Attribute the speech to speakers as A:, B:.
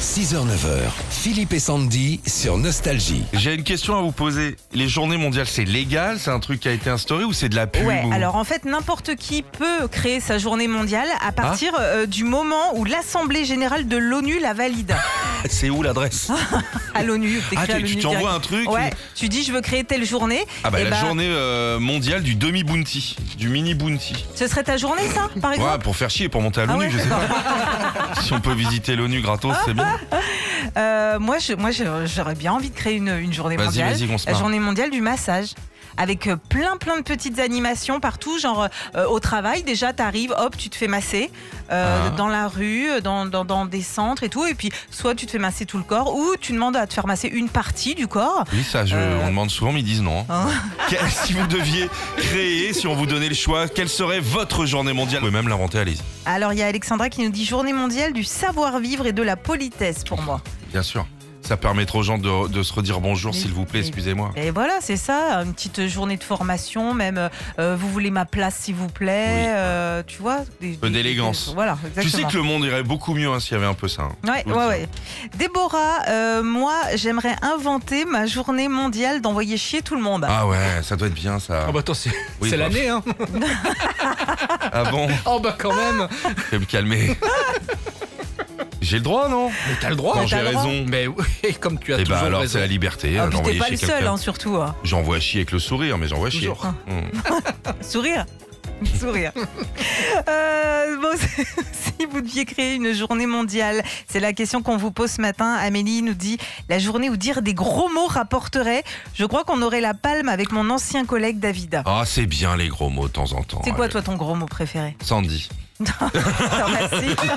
A: 6h-9h, Philippe et Sandy sur Nostalgie.
B: J'ai une question à vous poser. Les journées mondiales, c'est légal C'est un truc qui a été instauré ou c'est de la pub
C: Ouais,
B: ou-
C: alors en fait, n'importe qui peut créer sa journée mondiale
B: Ah.
C: à partir euh, du moment où l'Assemblée générale de l'ONU la valide.
B: C'est où l'adresse
D: Ah,
C: À l'ONU,
B: Ah,
C: t'écris à
B: tu- tu
C: l'ONU
B: t'envoies
C: direct.
B: un truc
C: Ouais,
B: tu-
C: tu dis je veux créer telle journée.
B: Ah bah
C: et
B: la
C: bah,
B: journée euh, mondiale du demi-bounty, du mini-bounty.
C: Ce serait ta journée, ça, par exemple
B: Ouais, pour faire chier, pour monter à
C: Ah
B: l'ONU,
C: ouais,
B: je sais pas. si on peut visiter l'ONU gratos, c'est bien.
C: Euh, moi, je- moi, je- j'aurais bien envie de créer une, une journée
B: Vas-y,
C: mondiale.
B: vas-y, qu'on se
C: La
B: marre.
C: journée mondiale du massage. Avec euh, plein plein de petites animations partout, genre euh, au travail déjà t'arrives, hop tu te fais masser euh,
B: Ah.
C: dans la rue, euh, dans, dans, dans des centres et tout, et puis soit tu te fais masser tout le corps ou tu demandes à te faire masser une partie du corps.
B: Oui, ça, je-
C: Euh.
B: on demande souvent, mais ils disent non. hein.
C: Hein.
B: Quel- si vous deviez créer, si on vous donnait le choix, quelle serait votre journée mondiale Vous pouvez même l'inventer, allez-y.
C: Alors il y a Alexandra qui nous dit journée mondiale du savoir vivre et de la politesse pour moi.
B: Bien sûr. Ça permettra aux gens de, de se redire bonjour,
C: Mais-
B: s'il vous plaît,
C: mais-
B: excusez-moi.
C: Et voilà, c'est ça, une petite journée de formation, même euh, vous voulez ma place s'il vous plaît,
B: Oui.
C: euh, tu vois. des-
B: peu
C: des-
B: d'élégance.
C: des- Voilà,
B: Tu sais
C: exactement.
B: que le monde irait beaucoup mieux hein, s'il y avait un peu ça. hein.
C: Ouais,
B: Je vous
C: ouais,
B: le
C: ouais. Déborah, euh, moi, j'aimerais inventer ma journée mondiale d'envoyer chier tout le monde.
B: Ah ouais, ça doit être bien ça.
D: Ah bah attends, c'est
B: Oui,
D: c'est
B: bah.
D: l'année, hein
B: Ah bon
D: Oh bah quand même
B: Je vais me calmer. J'ai le droit, non
D: Mais t'as le droit
B: Quand
C: Oh, t'as
B: j'ai
C: le droit.
B: raison.
D: Mais oui, comme tu as
B: Et
D: toujours
B: bah alors
D: raison.
B: c'est la liberté.
C: Ah,
B: hein,
C: puis t'es
B: d'envoyer
C: pas
B: chier
C: le seul,
B: quelqu'un.
C: hein, surtout. hein.
B: J'envoie chier avec le sourire, mais j'envoie chier.
D: Toujours.
B: Mm.
C: Sourire. Sourire. Euh, bon, si vous deviez créer une journée mondiale, c'est la question qu'on vous pose ce matin. Amélie nous dit la journée où dire des gros mots rapporterait. Je crois qu'on aurait la palme avec mon ancien collègue David.
B: Ah c'est bien les gros mots de temps en temps.
C: C'est quoi
B: Allez.
C: toi ton gros mot préféré
B: Sandy.
C: Je te remercie.